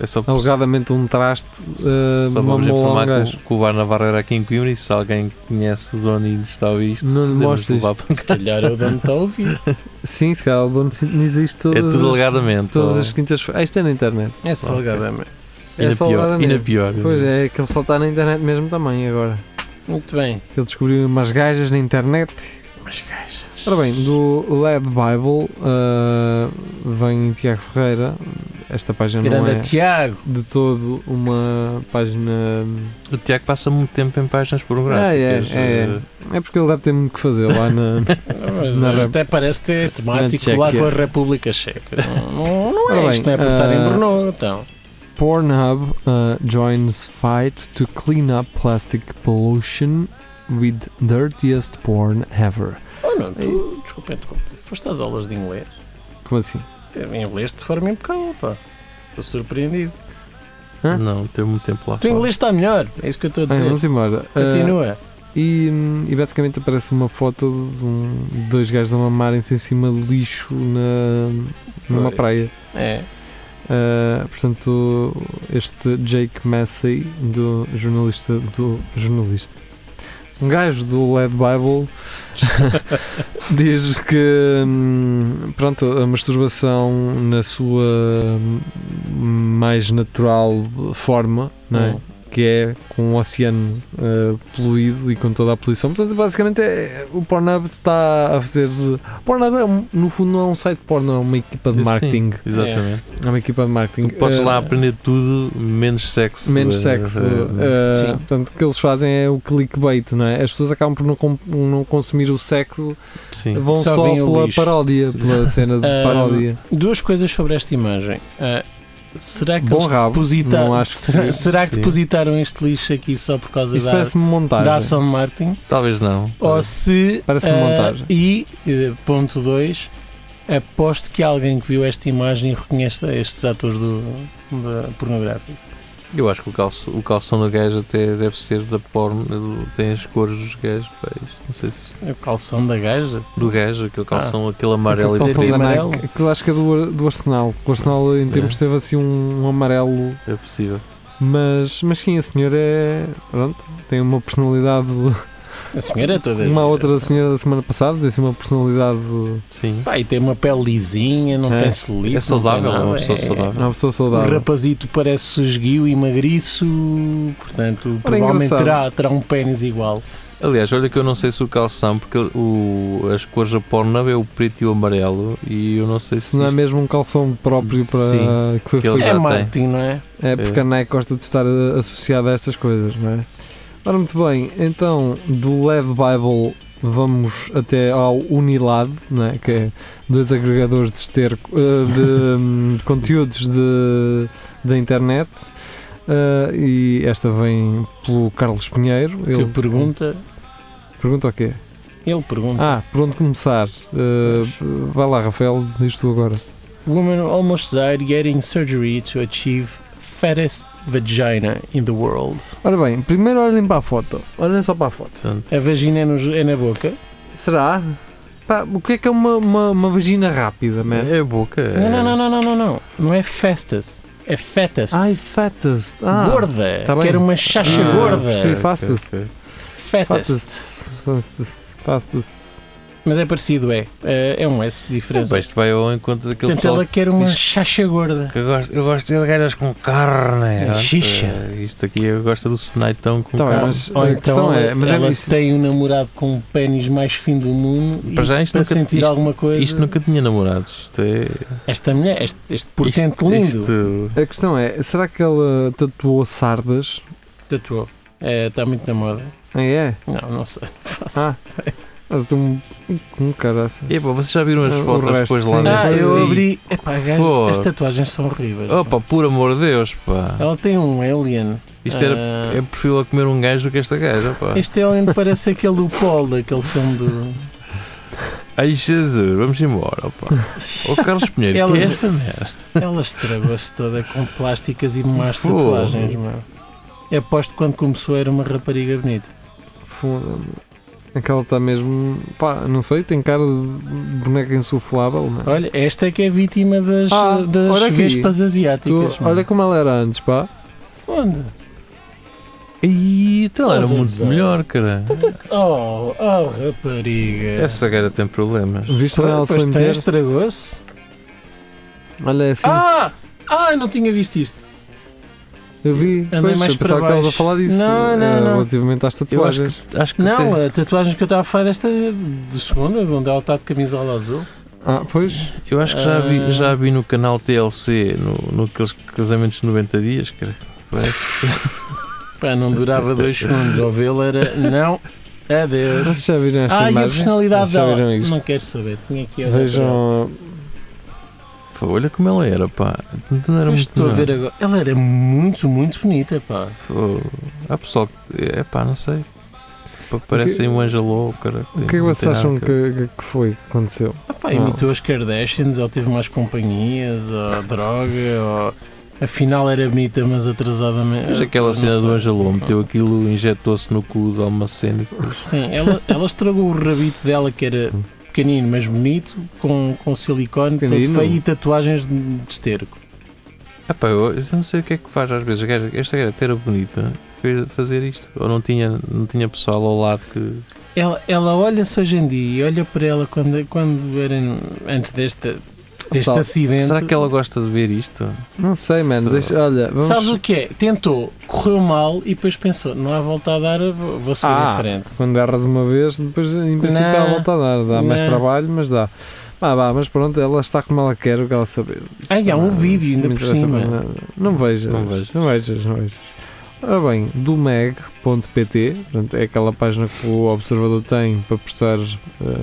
[SPEAKER 4] É só por-
[SPEAKER 3] alegadamente um traste. eh,
[SPEAKER 4] Só vamos
[SPEAKER 3] mamou lá um
[SPEAKER 4] informar que
[SPEAKER 3] gajo.
[SPEAKER 4] o, que o Bar Navarro era aqui em Coimbra e se alguém conhece o dono e está a ouvir isto,
[SPEAKER 3] Não lhe
[SPEAKER 4] podemos
[SPEAKER 3] mostras.
[SPEAKER 4] levar para
[SPEAKER 5] Se calhar é o dono está a ouvir.
[SPEAKER 3] Sim, se calhar o dono sintoniza isto
[SPEAKER 4] É
[SPEAKER 3] todas,
[SPEAKER 4] tudo
[SPEAKER 3] as-
[SPEAKER 4] alegadamente.
[SPEAKER 3] todas
[SPEAKER 4] ó.
[SPEAKER 3] as quintas-feiras. Ah, isto é na internet.
[SPEAKER 5] É
[SPEAKER 4] salgadamente.
[SPEAKER 5] salgadamente.
[SPEAKER 4] e,
[SPEAKER 3] é
[SPEAKER 4] na
[SPEAKER 3] só
[SPEAKER 4] pior, e
[SPEAKER 3] alegadamente.
[SPEAKER 4] na pior.
[SPEAKER 3] Pois
[SPEAKER 5] Uhum.
[SPEAKER 3] é, que ele só está na internet mesmo também agora.
[SPEAKER 5] Muito bem.
[SPEAKER 3] Que ele descobriu umas gajas na internet.
[SPEAKER 5] Mas gajas.
[SPEAKER 3] Ora bem, do Led Bible ah, vem Tiago Ferreira. Esta página não
[SPEAKER 5] Grande
[SPEAKER 3] é
[SPEAKER 5] Tiago.
[SPEAKER 3] de todo uma página. hum,
[SPEAKER 4] O Tiago passa muito tempo em páginas pornográficas.
[SPEAKER 3] Ah, é, é.
[SPEAKER 4] eh,
[SPEAKER 3] É porque ele deve ter muito que fazer lá na.
[SPEAKER 5] Mas
[SPEAKER 3] Na rep-
[SPEAKER 5] até parece ter temático
[SPEAKER 3] Tcheca.
[SPEAKER 5] lá com a República Checa. Não, não
[SPEAKER 3] Ora
[SPEAKER 5] é
[SPEAKER 3] bem,
[SPEAKER 5] isto, não é por estar em
[SPEAKER 3] ah,
[SPEAKER 5] Brno, então.
[SPEAKER 3] Pornhub uh, joins fight to clean up plastic pollution with dirtiest porn ever.
[SPEAKER 5] Oh, não, tu, desculpa, interromper. foste às aulas de inglês.
[SPEAKER 3] Como assim?
[SPEAKER 5] Em inglês de forma impecável, pá. Estou surpreendido.
[SPEAKER 3] Ah, é. Hã?
[SPEAKER 4] Não, teve muito tempo lá.
[SPEAKER 5] O teu
[SPEAKER 4] fora.
[SPEAKER 5] inglês está melhor, é isso que eu estou a
[SPEAKER 3] Bem,
[SPEAKER 5] dizer.
[SPEAKER 3] vamos embora. Uh,
[SPEAKER 5] Continua.
[SPEAKER 3] e, hum, e basicamente aparece uma foto de um- de dois gajos a mamarem-se em cima de lixo na, numa
[SPEAKER 5] Pois.
[SPEAKER 3] praia.
[SPEAKER 5] É.
[SPEAKER 3] Uh, portanto, este Jake Massey, do jornalista do jornalista, um gajo do Led Bible, diz que hum, pronto, a masturbação na sua hum, mais natural forma, não é?
[SPEAKER 5] Hum.
[SPEAKER 3] que é com o oceano eh, poluído e com toda a poluição. Portanto, basicamente é, o Pornhub está a fazer. Pornhub é um- no fundo não é um site porno, é uma equipa de
[SPEAKER 4] Sim,
[SPEAKER 3] marketing.
[SPEAKER 4] exatamente.
[SPEAKER 3] É uma equipa de marketing.
[SPEAKER 4] Tu podes
[SPEAKER 3] Eh,
[SPEAKER 4] lá aprender tudo, menos sexo.
[SPEAKER 3] Menos
[SPEAKER 4] eh,
[SPEAKER 3] sexo.
[SPEAKER 4] eh,
[SPEAKER 3] eh,
[SPEAKER 5] Sim.
[SPEAKER 3] portanto, o que eles fazem é o clickbait, não é? As pessoas acabam por não, com- não consumir o sexo,
[SPEAKER 4] Sim.
[SPEAKER 3] vão
[SPEAKER 5] Só
[SPEAKER 3] só,
[SPEAKER 5] veem o
[SPEAKER 3] pela
[SPEAKER 5] lixo.
[SPEAKER 3] paródia, pela cena de
[SPEAKER 5] Ah,
[SPEAKER 3] paródia.
[SPEAKER 5] Duas coisas sobre esta imagem. Ah, será que
[SPEAKER 3] Bom
[SPEAKER 5] eles
[SPEAKER 3] rabo,
[SPEAKER 5] depositaram.
[SPEAKER 3] não acho que
[SPEAKER 5] será,
[SPEAKER 4] sim.
[SPEAKER 5] será que
[SPEAKER 4] Sim.
[SPEAKER 5] depositaram este lixo aqui só por causa
[SPEAKER 3] Isto
[SPEAKER 5] da,
[SPEAKER 3] parece-me montagem.
[SPEAKER 5] da ação de marketing?
[SPEAKER 4] Talvez não.
[SPEAKER 5] Ou se.
[SPEAKER 3] Parece uma
[SPEAKER 5] ah,
[SPEAKER 3] montagem.
[SPEAKER 5] E, eh, ponto 2, aposto que alguém que viu esta imagem reconhece estes atores do, da pornográfica.
[SPEAKER 4] Eu acho que o, calço- o calção do gajo até deve ser da porno, tem as cores dos gajos, pá, isto não sei se.
[SPEAKER 5] O calção da gaja.
[SPEAKER 4] Do gajo, aquele calção, aquele amarelo.
[SPEAKER 3] Aquele calção
[SPEAKER 4] e
[SPEAKER 3] da
[SPEAKER 4] tem-
[SPEAKER 3] Nike,
[SPEAKER 5] amarelo?
[SPEAKER 3] Aquilo acho que é do, do Arsenal. O Arsenal em tempos
[SPEAKER 4] É.
[SPEAKER 3] teve assim um, um amarelo,
[SPEAKER 4] É possível.
[SPEAKER 3] mas, mas sim, a senhora é. Pronto, tem uma personalidade.
[SPEAKER 5] A senhora é toda.
[SPEAKER 3] Uma outra senhora da semana passada tem assim, uma personalidade.
[SPEAKER 4] Sim.
[SPEAKER 5] Pá, e tem uma pele lisinha, não
[SPEAKER 3] É.
[SPEAKER 5] tem celulite.
[SPEAKER 4] É
[SPEAKER 5] não
[SPEAKER 4] saudável, é
[SPEAKER 5] tem
[SPEAKER 4] uma
[SPEAKER 5] nada,
[SPEAKER 4] pessoa saudável.
[SPEAKER 3] Uma pessoa
[SPEAKER 5] O
[SPEAKER 3] saudável.
[SPEAKER 5] rapazito parece esguio e magriço, portanto, provavelmente
[SPEAKER 3] engraçado.
[SPEAKER 5] terá, terá um pênis igual.
[SPEAKER 4] Aliás, olha que eu não sei se o calção, porque o, as cores da porno é o preto e o amarelo, e eu não sei se.
[SPEAKER 3] Se não é
[SPEAKER 4] isto-
[SPEAKER 3] mesmo um calção próprio para
[SPEAKER 4] Sim,
[SPEAKER 3] que foi
[SPEAKER 4] que eles
[SPEAKER 3] feito.
[SPEAKER 5] é
[SPEAKER 4] já tem.
[SPEAKER 5] marketing, não é?
[SPEAKER 3] É porque
[SPEAKER 4] É.
[SPEAKER 3] a Nike gosta de estar eh, associada a estas coisas, não é? Ora, muito bem, então do Lev Bible vamos até ao Unilab, não é? que é dois agregadores de, esterco, eh, de, hum, de conteúdos de- da internet. Eh, e esta vem pelo Carlos Pinheiro.
[SPEAKER 5] Que pergunta,
[SPEAKER 3] pergunta o quê?
[SPEAKER 5] ele pergunta.
[SPEAKER 3] Ah, por onde começar? Eh, vai lá, Rafael, diz tu agora.
[SPEAKER 5] Woman almost died getting surgery to achieve fattest vagina in the world.
[SPEAKER 3] Ora bem, primeiro olhem para a foto. Olhem só para a foto.
[SPEAKER 4] Portanto,
[SPEAKER 5] A vagina é, nos- é na boca?
[SPEAKER 3] Será? Pá, o que é que é uma, uma, uma vagina rápida, man?
[SPEAKER 4] é a boca.
[SPEAKER 5] Não,
[SPEAKER 4] é-
[SPEAKER 5] não, não, não, não, não, não. Não é fastest, é fattest.
[SPEAKER 3] Ai, fattest. Ah,
[SPEAKER 5] gorda.
[SPEAKER 3] tá bem.
[SPEAKER 5] Quero uma chacha
[SPEAKER 3] Ah,
[SPEAKER 5] gorda.
[SPEAKER 3] percebi.
[SPEAKER 4] ok,
[SPEAKER 3] fastest.
[SPEAKER 4] ok.
[SPEAKER 5] Fattest.
[SPEAKER 3] Fattest. Fattest. Fattest.
[SPEAKER 5] Mas é parecido, é. Eh, É um S de diferença.
[SPEAKER 4] Pá, Isto vai ao encontro daquele
[SPEAKER 5] Portanto,
[SPEAKER 4] pessoal
[SPEAKER 5] ela quer uma
[SPEAKER 4] diz-
[SPEAKER 5] chacha gorda.
[SPEAKER 4] que eu gosto, eu gosto de gajas com carne.
[SPEAKER 5] É,
[SPEAKER 4] pronto,
[SPEAKER 5] xixa.
[SPEAKER 4] é, Isto aqui eu gosto do senaitão com
[SPEAKER 3] Tá bem,
[SPEAKER 4] carne.
[SPEAKER 3] mas
[SPEAKER 5] Ou
[SPEAKER 3] a
[SPEAKER 5] então
[SPEAKER 3] questão
[SPEAKER 5] ela,
[SPEAKER 3] é. Mas
[SPEAKER 5] ela
[SPEAKER 3] é isto.
[SPEAKER 5] tem um namorado com um pênis mais fino do mundo e
[SPEAKER 4] Para já isto
[SPEAKER 5] para
[SPEAKER 4] nunca-
[SPEAKER 5] sentir
[SPEAKER 4] isto-
[SPEAKER 5] alguma coisa.
[SPEAKER 4] Isto nunca tinha namorados. Isto é.
[SPEAKER 5] Esta mulher, este, este portento
[SPEAKER 4] isto-
[SPEAKER 5] lindo.
[SPEAKER 4] isto-
[SPEAKER 3] A questão é, será que ela tatuou sardas?
[SPEAKER 5] Tatuou. É, está muito na moda.
[SPEAKER 3] Ah, é?
[SPEAKER 5] Não, não sei. Não faço.
[SPEAKER 3] Ah. Mas tu um. um caraça.
[SPEAKER 4] Epá, vocês já viram as
[SPEAKER 3] O
[SPEAKER 4] fotos
[SPEAKER 3] resto,
[SPEAKER 4] depois lá
[SPEAKER 3] sim.
[SPEAKER 4] na-
[SPEAKER 5] Ah, eu
[SPEAKER 4] Ei,
[SPEAKER 5] abri. Epá, gajo,
[SPEAKER 4] Fogo.
[SPEAKER 5] as tatuagens são horríveis.
[SPEAKER 4] Opa, por amor de Deus, pá.
[SPEAKER 5] Ela tem um alien.
[SPEAKER 4] Isto era.
[SPEAKER 5] Ah,
[SPEAKER 4] É preferível a comer um gajo do que esta gaja, pá.
[SPEAKER 5] Este alien parece aquele do Paul, daquele filme do.
[SPEAKER 4] Ai, Jesus, vamos embora, pá. Ô Carlos Pinheiro, que é
[SPEAKER 5] Elas-
[SPEAKER 4] esta merda?
[SPEAKER 5] Ela estragou-se toda com plásticas e más
[SPEAKER 4] Fogo.
[SPEAKER 5] tatuagens, meu. Eu aposto que quando começou era uma rapariga bonita.
[SPEAKER 3] Foda-me. Aquela está mesmo. Pá, não sei, tem cara de boneca insuflável, não é?
[SPEAKER 5] Olha, esta é que é vítima das,
[SPEAKER 3] Ah,
[SPEAKER 5] das
[SPEAKER 3] olha aqui.
[SPEAKER 5] vespas
[SPEAKER 3] Tu-
[SPEAKER 5] asiáticas. meu.
[SPEAKER 3] olha como ela era antes, pá.
[SPEAKER 5] Onde?
[SPEAKER 4] Ih, então ela era
[SPEAKER 5] Elas
[SPEAKER 4] muito
[SPEAKER 5] usaram.
[SPEAKER 4] melhor, cara.
[SPEAKER 5] Oh, oh, rapariga.
[SPEAKER 4] Essa gaja tem problemas.
[SPEAKER 3] Viste
[SPEAKER 5] Pois,
[SPEAKER 3] onde ela se
[SPEAKER 5] pois
[SPEAKER 3] foi
[SPEAKER 5] tem,
[SPEAKER 3] meter?
[SPEAKER 5] estragou-se.
[SPEAKER 3] Olha, é assim.
[SPEAKER 5] Ah! Ah, eu não tinha visto isto.
[SPEAKER 3] Eu vi,
[SPEAKER 5] Andei
[SPEAKER 3] pois,
[SPEAKER 5] mais
[SPEAKER 3] eu pensava
[SPEAKER 5] para
[SPEAKER 3] que estavas a
[SPEAKER 5] baixo.
[SPEAKER 3] falar disso
[SPEAKER 5] Não, não,
[SPEAKER 3] eh,
[SPEAKER 5] não.
[SPEAKER 3] relativamente às
[SPEAKER 4] Eu acho
[SPEAKER 3] tatuagens.
[SPEAKER 4] que, acho que
[SPEAKER 5] Não,
[SPEAKER 4] até-
[SPEAKER 5] a tatuagem que eu estava a falar desta é do segundo, onde ela está de camisola azul.
[SPEAKER 3] Ah, pois,
[SPEAKER 4] eu acho que já,
[SPEAKER 5] Ah.
[SPEAKER 4] vi, já a vi no canal TLC, no, naqueles casamentos de 90 dias, cara. Parece.
[SPEAKER 5] Pá, não durava dois segundos. Ao vê-la era. Não, adeus.
[SPEAKER 3] vocês já viram esta
[SPEAKER 5] Ah, e a
[SPEAKER 3] imagem?
[SPEAKER 5] personalidade
[SPEAKER 3] Vocês já
[SPEAKER 5] dela.
[SPEAKER 3] viram isto?
[SPEAKER 5] Não quero saber. Tinha que olhar para ela.
[SPEAKER 3] Vejam,
[SPEAKER 4] Pá, Olha como ela era, pá. Não era
[SPEAKER 5] Eu
[SPEAKER 4] muito
[SPEAKER 5] estou a
[SPEAKER 4] melhor.
[SPEAKER 5] ver agora. Ela era muito, muito bonita, pá.
[SPEAKER 4] Fogo. Há pessoal que. É pá, não sei. Pa- Parece
[SPEAKER 3] que-
[SPEAKER 4] aí um Angelo, cara.
[SPEAKER 3] o que é que vocês acham que, é que- que foi que aconteceu?
[SPEAKER 5] Ah, pá,
[SPEAKER 3] Não.
[SPEAKER 5] imitou as Kardashians, ou teve mais companhias, ou droga, ou. Afinal era bonita, mas atrasadamente. Ah,
[SPEAKER 4] Fez aquela
[SPEAKER 5] Não
[SPEAKER 4] cena
[SPEAKER 5] sei.
[SPEAKER 4] do Angelo, meteu aquilo, injetou-se no cu de Almaceno.
[SPEAKER 5] Sim, ela, ela estragou o rabito dela, que era pequenino, mas bonito, com, com silicone, todo
[SPEAKER 3] Pequenino?
[SPEAKER 5] feio e tatuagens de de esterco.
[SPEAKER 4] Ah pá, eu, eu não sei o que é que faz às vezes. Gaja- Esta gaja até era bonita, é? fez fazer isto. Ou não tinha, não tinha pessoal ao lado que.
[SPEAKER 5] Ela, ela olha-se hoje em dia e olha para ela quando, quando era antes desta deste
[SPEAKER 3] Tal.
[SPEAKER 5] acidente.
[SPEAKER 4] Será que ela gosta de ver isto?
[SPEAKER 3] Não sei, mano.
[SPEAKER 4] Só-
[SPEAKER 3] Deixa, olha, vamos.
[SPEAKER 5] Sabes o que é? Tentou, correu mal e depois pensou: não há volta a dar, eu vou vou seguir
[SPEAKER 3] Ah,
[SPEAKER 5] em frente.
[SPEAKER 3] Quando erras uma vez, depois em princípio
[SPEAKER 5] Não.
[SPEAKER 3] ela volta a dar. Dá mais
[SPEAKER 5] Não.
[SPEAKER 3] trabalho, mas dá. Ah, vá, mas pronto, ela está como ela quer, o que ela saber.
[SPEAKER 5] Ai, há um
[SPEAKER 3] Não,
[SPEAKER 5] vídeo
[SPEAKER 3] isso
[SPEAKER 5] ainda
[SPEAKER 3] me
[SPEAKER 5] por
[SPEAKER 3] interessa
[SPEAKER 5] cima.
[SPEAKER 3] mais nada. Não vejas.
[SPEAKER 4] Não vejo.
[SPEAKER 3] Não vejas, não vejas. Ora bem, do meg.pt, portanto, é aquela página que o Observador tem para postar eh,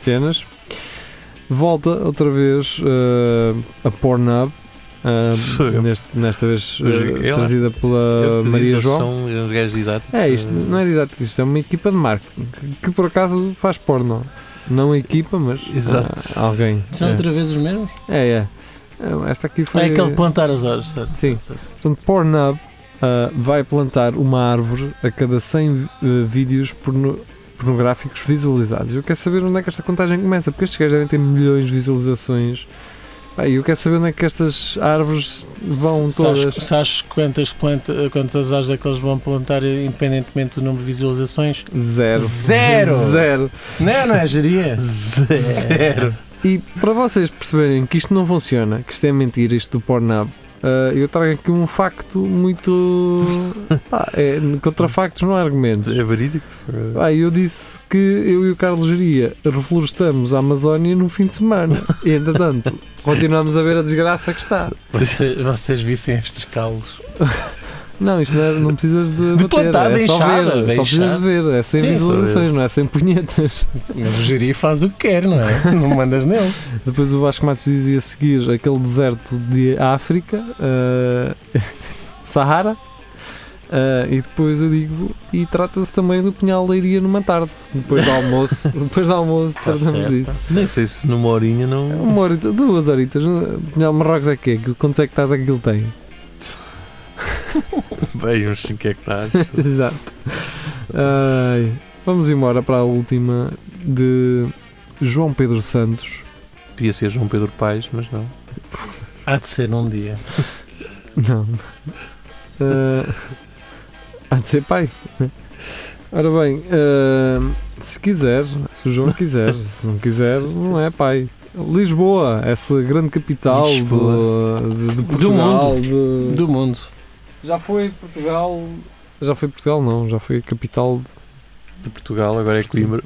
[SPEAKER 3] cenas, volta outra vez eh, a Pornhub, eh,
[SPEAKER 4] Foi.
[SPEAKER 3] neste- nesta vez eh,
[SPEAKER 4] Mas eu-
[SPEAKER 3] trazida
[SPEAKER 4] Eu
[SPEAKER 3] pela
[SPEAKER 4] te disse,
[SPEAKER 3] Maria
[SPEAKER 4] eles
[SPEAKER 3] João.
[SPEAKER 4] São uns gajos Eh, didáticos.
[SPEAKER 3] É isto, não é didático, isto é uma equipa de marketing que, que por acaso faz porno. Não a equipa, mas
[SPEAKER 4] Exato.
[SPEAKER 3] ah, alguém.
[SPEAKER 5] São outra vez os mesmos?
[SPEAKER 3] É, é. é. Ah, Esta aqui foi.
[SPEAKER 5] É aquele de plantar as horas, certo?
[SPEAKER 3] Sim.
[SPEAKER 5] Certo, certo.
[SPEAKER 3] Portanto, Pornhub ah, vai plantar uma árvore a cada 100 vi- eh, vídeos porno- pornográficos visualizados. Eu quero saber onde é que esta contagem começa, porque estes gajos devem ter milhões de visualizações. Pá, E eu quero saber onde é que estas árvores vão
[SPEAKER 5] Sabes-
[SPEAKER 3] todas.
[SPEAKER 5] Sabes quantas, planta, quantas árvores é que eles vão plantar independentemente do número de visualizações?
[SPEAKER 3] Zero.
[SPEAKER 5] Zero!
[SPEAKER 3] Zero.
[SPEAKER 5] Não, não é geria?
[SPEAKER 4] Zero.
[SPEAKER 3] E para vocês perceberem que isto não funciona, que isto é mentira, isto do Pornhub, ah, eu trago aqui um facto muito. pá, é, contra factos não há argumentos.
[SPEAKER 4] É verídico?
[SPEAKER 3] Ah, eu disse que eu e o Carlos Geria reflorestamos a Amazónia no fim de semana. E, entretanto, continuamos a ver a desgraça que está.
[SPEAKER 5] Vocês, vocês vissem estes calos.
[SPEAKER 3] Não, isto não, é- não precisas de,
[SPEAKER 5] De
[SPEAKER 3] bater,
[SPEAKER 5] plantar,
[SPEAKER 3] é só
[SPEAKER 5] deixar,
[SPEAKER 3] ver,
[SPEAKER 5] deixar.
[SPEAKER 3] só precisas de ver, é sem
[SPEAKER 5] Sim, só
[SPEAKER 3] visualizações, não é sem punhetas.
[SPEAKER 5] Mas o geria faz o que quer, não é? Não mandas nele.
[SPEAKER 3] Depois o Vasco Matos dizia seguir aquele deserto de África, ah, Sahara, ah, e depois eu digo, e trata-se também do Pinhal de Leiria numa tarde, depois do almoço, depois do almoço
[SPEAKER 5] Tá
[SPEAKER 2] Tá
[SPEAKER 3] tratamos disso.
[SPEAKER 4] Nem sei se numa horinha
[SPEAKER 3] É
[SPEAKER 4] não.
[SPEAKER 3] Uma horita, duas horitas. Não, Marrocos é que é? Que- Quantos hectares é que aquilo tem?
[SPEAKER 4] Bem, uns 5 hectares.
[SPEAKER 3] Exato. Ai, vamos embora para a última de João Pedro Santos.
[SPEAKER 4] Podia ser João Pedro Paes, mas não.
[SPEAKER 5] Há de ser um dia.
[SPEAKER 3] Não. Ah, há de ser pai. né? Ora bem, ah, se quiser, se o João quiser, se não quiser, não é pai. Lisboa, essa grande capital do-
[SPEAKER 4] Lisboa.
[SPEAKER 3] de, de
[SPEAKER 5] Do
[SPEAKER 3] Portugal, de-
[SPEAKER 5] Do mundo.
[SPEAKER 3] Já foi Portugal. Já foi Portugal, não, já foi a capital.
[SPEAKER 4] De Portugal, agora é Coimbra.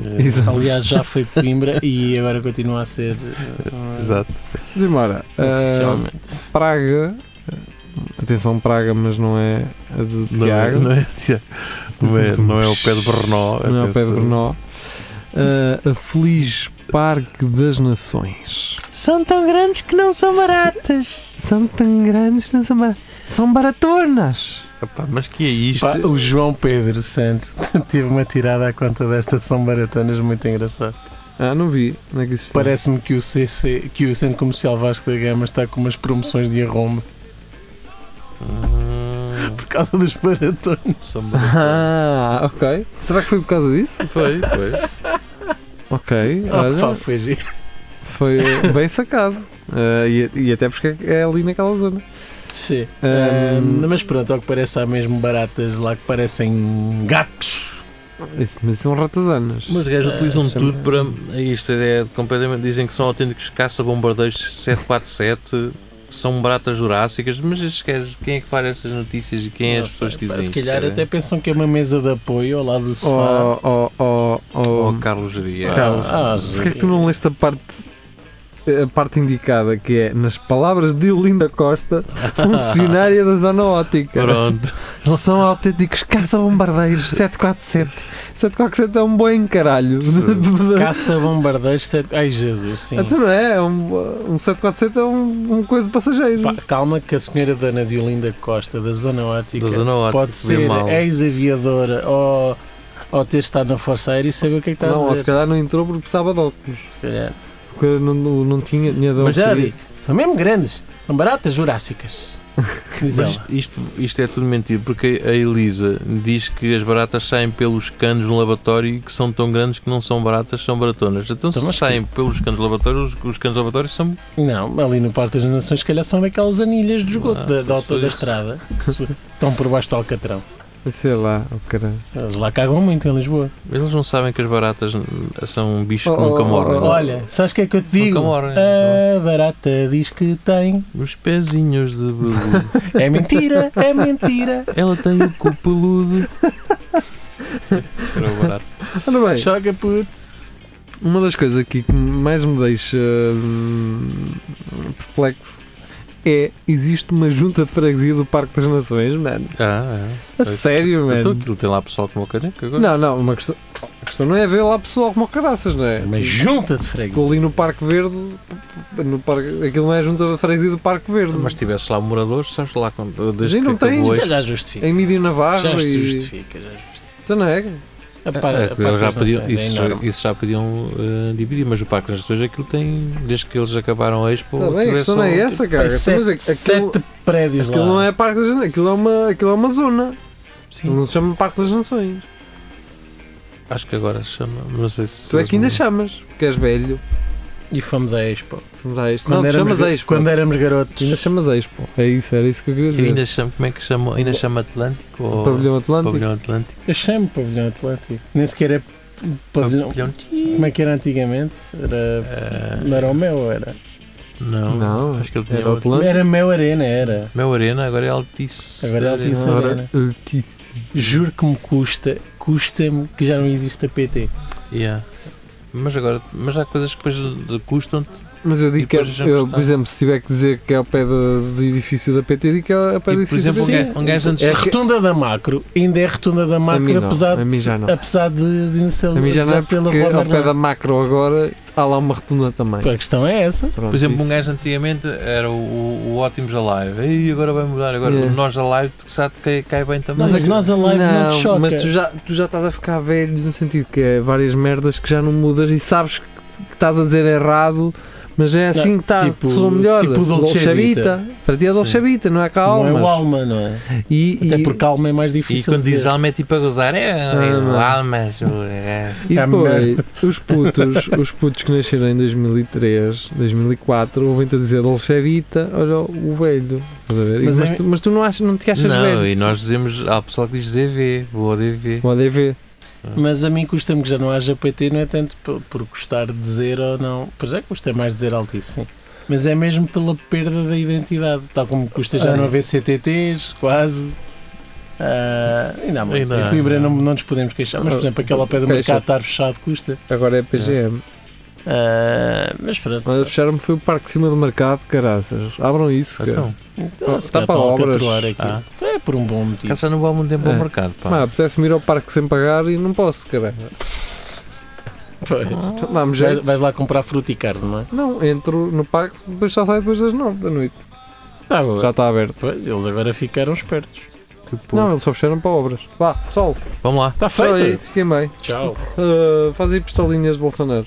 [SPEAKER 4] É,
[SPEAKER 3] Exato.
[SPEAKER 5] Aliás, já foi Coimbra e agora continua a ser. uh,
[SPEAKER 4] Exato.
[SPEAKER 3] Vamos embora. Ah,
[SPEAKER 5] Oficialmente.
[SPEAKER 3] Praga. eh, Atenção, Praga, mas não é a de
[SPEAKER 4] Não é,
[SPEAKER 3] Tiago.
[SPEAKER 4] não, é, não, é, não é o pé de Brno.
[SPEAKER 3] Não é o
[SPEAKER 4] atenção.
[SPEAKER 3] Pedro Nó. Ah, a Feliz Parque das Nações.
[SPEAKER 2] São tão grandes que não são baratas.
[SPEAKER 3] São tão grandes, não são, bar- são baratonas.
[SPEAKER 4] Epá, mas que é isto?
[SPEAKER 5] Pá, o João Pedro Santos teve uma tirada à conta destas são baratanas muito engraçado.
[SPEAKER 3] Ah, não vi. Não é que existia.
[SPEAKER 5] Parece-me que o CC, que o Centro Comercial Vasco da Gama está com umas promoções de arrombo
[SPEAKER 4] Hum,
[SPEAKER 5] por causa dos baratones.
[SPEAKER 4] são baratanas.
[SPEAKER 3] Ah, ok. Será que foi por causa disso? Ah,
[SPEAKER 4] Foi, foi.
[SPEAKER 3] Ok,
[SPEAKER 5] Oh, pá,
[SPEAKER 3] olha,
[SPEAKER 5] foi giro.
[SPEAKER 3] foi bem sacado. Ah, e, e até porque é ali naquela zona.
[SPEAKER 5] Sim.
[SPEAKER 3] Ahm.
[SPEAKER 5] Ah, mas pronto, ao que parece há mesmo baratas lá que parecem gatos.
[SPEAKER 3] Isso, mas são ratazanas.
[SPEAKER 4] Mas os
[SPEAKER 5] É,
[SPEAKER 4] gajos
[SPEAKER 3] Ah,
[SPEAKER 4] utilizam
[SPEAKER 3] chama-
[SPEAKER 4] tudo para. Isto é completamente. Dizem que são autênticos caça-bombardeiros 747, que são baratas jurássicas, mas estes gajos, quem é que faz essas notícias e quem é
[SPEAKER 5] Não
[SPEAKER 4] as pessoas
[SPEAKER 5] sei,
[SPEAKER 4] que
[SPEAKER 5] pá,
[SPEAKER 4] dizem
[SPEAKER 5] Se
[SPEAKER 4] isto,
[SPEAKER 5] calhar
[SPEAKER 4] cara?
[SPEAKER 5] até pensam que é uma mesa de apoio ao lado do sofá.
[SPEAKER 3] Oh, oh, oh,
[SPEAKER 4] Ou
[SPEAKER 3] oh.
[SPEAKER 4] a Carlos Geria.
[SPEAKER 3] Carlos,
[SPEAKER 5] ah,
[SPEAKER 3] Porquê é que tu não leste a parte, a parte indicada, que é, nas palavras de Olinda Costa,
[SPEAKER 4] Oh,
[SPEAKER 3] funcionária da zona ótica?
[SPEAKER 4] Pronto.
[SPEAKER 3] São autênticos caça-bombardeiros 747. 747 é um bom caralho.
[SPEAKER 5] Caça bombardeiros sete- Ai Jesus, sim.
[SPEAKER 3] Então não é? É Um, um 747 é um, um coisa de passageiro.
[SPEAKER 5] Pá, calma que a senhora Dona Diolinda Costa, da Zona Ótica,
[SPEAKER 4] Da zona ótica,
[SPEAKER 5] pode
[SPEAKER 4] que vê
[SPEAKER 5] ser é
[SPEAKER 4] mal.
[SPEAKER 5] ex-aviadora ou, ou ter estado na Força Aérea e saber o que é que está
[SPEAKER 3] não,
[SPEAKER 5] a
[SPEAKER 3] ou se
[SPEAKER 5] dizer.
[SPEAKER 3] calhar não entrou porque precisava de óculos.
[SPEAKER 5] Se calhar.
[SPEAKER 3] Porque não, não, não tinha, tinha de
[SPEAKER 5] Mas já
[SPEAKER 3] óculos.
[SPEAKER 5] vi, são mesmo grandes, são baratas jurássicas. Diz
[SPEAKER 4] Mas
[SPEAKER 5] ela.
[SPEAKER 4] isto, isto, isto é tudo mentira, porque a Elisa diz que as baratas saem pelos canos no laboratório e que são tão grandes que não são baratas, são baratonas. Então,
[SPEAKER 5] Então,
[SPEAKER 4] se
[SPEAKER 5] mas que-
[SPEAKER 4] saem pelos canos do laboratório, os, os canos do laboratório são.
[SPEAKER 5] Não, ali no Parque das Nações, se calhar são daquelas anilhas de esgoto
[SPEAKER 4] Ah,
[SPEAKER 5] da, da
[SPEAKER 4] pois
[SPEAKER 5] altura da
[SPEAKER 4] isso.
[SPEAKER 5] estrada que se- estão por baixo do Alcatrão.
[SPEAKER 3] Sei lá, o caralho.
[SPEAKER 5] Eles lá cagam muito em Lisboa.
[SPEAKER 4] Eles não sabem que as baratas são um bicho que
[SPEAKER 3] Oh,
[SPEAKER 4] nunca
[SPEAKER 3] oh,
[SPEAKER 4] morrem.
[SPEAKER 3] oh,
[SPEAKER 4] não é?
[SPEAKER 5] Olha, sabes o que é que eu te digo?
[SPEAKER 4] Nunca morrem.
[SPEAKER 5] A barata diz que tem.
[SPEAKER 4] Os pezinhos de bebê.
[SPEAKER 5] É mentira, é mentira.
[SPEAKER 4] Ela tem o cu peludo. Era o barato.
[SPEAKER 3] Ora bem,
[SPEAKER 5] Choca putz.
[SPEAKER 3] uma das coisas aqui que mais me deixa hum, perplexo é existe uma junta de freguesia do Parque das Nações, mano.
[SPEAKER 4] Ah,
[SPEAKER 3] A sério,
[SPEAKER 4] é. Então
[SPEAKER 3] mano.
[SPEAKER 4] aquilo tem lá pessoal como o caneco agora.
[SPEAKER 3] Não, não, uma questão, a questão não é ver lá pessoal como caraças, não é?
[SPEAKER 5] Mas junta de freguesia.
[SPEAKER 3] ali no Parque Verde, no parque, aquilo não é a junta de freguesia do Parque Verde.
[SPEAKER 4] Mas tipo, se tivesse lá moradores, sabes lá quando. desde
[SPEAKER 3] Mas não
[SPEAKER 4] que acabou
[SPEAKER 3] tens,
[SPEAKER 4] este-
[SPEAKER 5] Já justifica.
[SPEAKER 3] Em Mídio Navarro
[SPEAKER 5] Já se
[SPEAKER 3] e.
[SPEAKER 5] justifica. Já justifica.
[SPEAKER 3] Então não é?
[SPEAKER 5] A
[SPEAKER 4] É,
[SPEAKER 5] par-
[SPEAKER 4] é,
[SPEAKER 5] a
[SPEAKER 4] que
[SPEAKER 5] parte
[SPEAKER 4] eles já
[SPEAKER 5] das
[SPEAKER 4] podiam-
[SPEAKER 5] nações é
[SPEAKER 4] isso,
[SPEAKER 5] enorme.
[SPEAKER 4] isso já podiam eh, dividir, mas o Parque das Nações aquilo tem, desde que eles acabaram a Expo,
[SPEAKER 3] Está bem, a
[SPEAKER 4] aquilo é
[SPEAKER 3] questão
[SPEAKER 4] só-
[SPEAKER 3] não é essa, cara.
[SPEAKER 5] Tem
[SPEAKER 3] Mas
[SPEAKER 5] sete,
[SPEAKER 3] aquilo,
[SPEAKER 5] sete prédios
[SPEAKER 3] aquilo
[SPEAKER 5] lá.
[SPEAKER 3] não é Parque das Nações, aquilo é uma, aquilo é uma zona.
[SPEAKER 4] Sim,
[SPEAKER 3] Não se chama Parque das Nações.
[SPEAKER 4] acho que agora se chama, não sei se...
[SPEAKER 3] Tu é que ainda chamas, porque és velho.
[SPEAKER 5] E fomos à Expo.
[SPEAKER 3] Vamos lá a isto.
[SPEAKER 5] Quando
[SPEAKER 3] Não, tu
[SPEAKER 5] éramos
[SPEAKER 3] chamas
[SPEAKER 5] ga-
[SPEAKER 3] Expo.
[SPEAKER 5] Quando é- éramos
[SPEAKER 3] Tu ainda
[SPEAKER 5] garotos.
[SPEAKER 3] chamas Expo. É isso, era isso que eu queria
[SPEAKER 4] E
[SPEAKER 3] dizer.
[SPEAKER 4] ainda chama, como é que chama? Ainda chama Atlântico? Ou...
[SPEAKER 3] Pavilhão Atlântico.
[SPEAKER 4] Pavilhão Atlântico.
[SPEAKER 5] Eu chamo Pavilhão Atlântico. Nem sequer é pavilhão. Como é que era antigamente? Era.
[SPEAKER 4] Eh,
[SPEAKER 5] Não era o meu, era.
[SPEAKER 4] não,
[SPEAKER 3] Não,
[SPEAKER 4] acho que ele tinha
[SPEAKER 3] Era o
[SPEAKER 4] outro.
[SPEAKER 3] Atlântico.
[SPEAKER 5] Era meu Arena, era.
[SPEAKER 4] Meu Arena agora é Altice.
[SPEAKER 5] Agora é Altice.
[SPEAKER 4] Arena.
[SPEAKER 5] Era-
[SPEAKER 3] Era altíssimo.
[SPEAKER 5] Juro que me custa, custa-me que já não existe a PT.
[SPEAKER 4] Yeah. Mas agora, mas há coisas que depois de- custam-te.
[SPEAKER 3] Mas eu digo que,
[SPEAKER 4] depois já
[SPEAKER 3] eu,
[SPEAKER 4] gostaram.
[SPEAKER 3] por exemplo, se tiver que dizer que é ao pé do, do edifício da PT, digo que é ao pé do
[SPEAKER 4] Tipo, por
[SPEAKER 3] edifício
[SPEAKER 4] exemplo,
[SPEAKER 3] da
[SPEAKER 4] um
[SPEAKER 3] PT.
[SPEAKER 5] Sim.
[SPEAKER 4] gajo, um gajo antes
[SPEAKER 3] É
[SPEAKER 5] a
[SPEAKER 3] que-
[SPEAKER 5] rotunda da macro ainda é a rotunda da macro,
[SPEAKER 3] mim não,
[SPEAKER 5] apesar,
[SPEAKER 3] a mim já não.
[SPEAKER 5] de, apesar de, de ser
[SPEAKER 3] A mim já não é
[SPEAKER 5] de ser
[SPEAKER 3] porque
[SPEAKER 5] lavada
[SPEAKER 3] ao pé
[SPEAKER 5] lá.
[SPEAKER 3] da macro agora há lá uma retuna também.
[SPEAKER 5] Pô, A questão é essa.
[SPEAKER 3] Pronto,
[SPEAKER 4] Por exemplo, um
[SPEAKER 3] isso.
[SPEAKER 4] gajo antigamente era o, o, o Ótimos Alive. E agora vai mudar. Agora
[SPEAKER 3] É.
[SPEAKER 4] o Nós Alive que sabe que cai, cai bem também.
[SPEAKER 5] Mas,
[SPEAKER 3] é que-
[SPEAKER 5] nós a live não, te choca.
[SPEAKER 3] Mas tu já, tu já estás a ficar velho no sentido que é várias merdas que já não mudas e sabes que, que estás a dizer errado, mas é assim que está,
[SPEAKER 5] tipo-
[SPEAKER 3] sou melhor.
[SPEAKER 5] tipo Dolce Vita.
[SPEAKER 3] Para ti é Dolce
[SPEAKER 4] Sim.
[SPEAKER 3] Vita, não é
[SPEAKER 5] não é
[SPEAKER 3] calma.
[SPEAKER 5] o alma, não é?
[SPEAKER 3] e, e,
[SPEAKER 5] Até porque alma é mais
[SPEAKER 4] E
[SPEAKER 5] difícil.
[SPEAKER 4] quando
[SPEAKER 5] de
[SPEAKER 4] dizes
[SPEAKER 5] dizer.
[SPEAKER 4] alma é tipo a gozar. É,
[SPEAKER 3] Ah, não.
[SPEAKER 4] é almas. o- É.
[SPEAKER 3] e
[SPEAKER 5] é
[SPEAKER 3] depois,
[SPEAKER 5] merda.
[SPEAKER 3] os putos, os putos que nasceram em 2003, 2004, ouvem-te a dizer Dolce Vita, olha o velho. Estás a ver? E-
[SPEAKER 5] Mas
[SPEAKER 3] Mas,
[SPEAKER 5] é-
[SPEAKER 3] tu, mas tu não, achas, não te achas
[SPEAKER 4] Não,
[SPEAKER 3] velho.
[SPEAKER 4] e nós dizemos. Há pessoal que diz DV. Boa DV.
[SPEAKER 3] Pode é ver.
[SPEAKER 5] Mas a mim custa-me que já não haja PT, não é tanto por, por gostar de dizer ou não. Pois é, custa mais dizer altice, sim. Mas é mesmo pela perda da identidade, tal como custa já
[SPEAKER 4] Sim.
[SPEAKER 5] não haver CTTs, quase. Ah, ainda há muito.
[SPEAKER 4] Ainda
[SPEAKER 5] em
[SPEAKER 4] há,
[SPEAKER 5] Coimbra
[SPEAKER 4] ainda
[SPEAKER 5] não,
[SPEAKER 4] há.
[SPEAKER 5] não nos podemos queixar, mas por exemplo, aquele ao pé do
[SPEAKER 3] Queixa.
[SPEAKER 5] mercado estar fechado custa.
[SPEAKER 3] Agora é PGM.
[SPEAKER 5] Ah, mas pronto.
[SPEAKER 3] Olha, fecharam-me foi o parque de cima do mercado, caraças. Abram isso, cara.
[SPEAKER 4] Então,
[SPEAKER 5] Então, se
[SPEAKER 3] está
[SPEAKER 5] calhar
[SPEAKER 3] para
[SPEAKER 5] estão a
[SPEAKER 3] obras.
[SPEAKER 5] catroar aqui.
[SPEAKER 4] Ah.
[SPEAKER 5] Então É por um bom motivo.
[SPEAKER 4] caça não vai muito tempo
[SPEAKER 3] É.
[SPEAKER 4] ao mercado. Pá.
[SPEAKER 3] Pá, apetece-me ir ao parque sem pagar e não posso, cara.
[SPEAKER 5] Pois.
[SPEAKER 3] Então,
[SPEAKER 5] Vais,
[SPEAKER 3] Dá-me jeito.
[SPEAKER 5] vais lá comprar fruta e carne, não é?
[SPEAKER 3] Não, entro no parque, depois só saio depois das 9 da noite.
[SPEAKER 5] Tá, boa.
[SPEAKER 3] Já está aberto.
[SPEAKER 5] Pois, eles agora ficaram espertos.
[SPEAKER 4] Que porra.
[SPEAKER 3] Não, eles só fecharam para obras. Vá, pessoal,
[SPEAKER 4] Vamos lá.
[SPEAKER 5] Está
[SPEAKER 3] tchau aí,
[SPEAKER 5] Tá feito!
[SPEAKER 3] fiquem bem. Eh,
[SPEAKER 5] Tchau!
[SPEAKER 3] Uh, faz aí pistolinhas de Bolsonaro.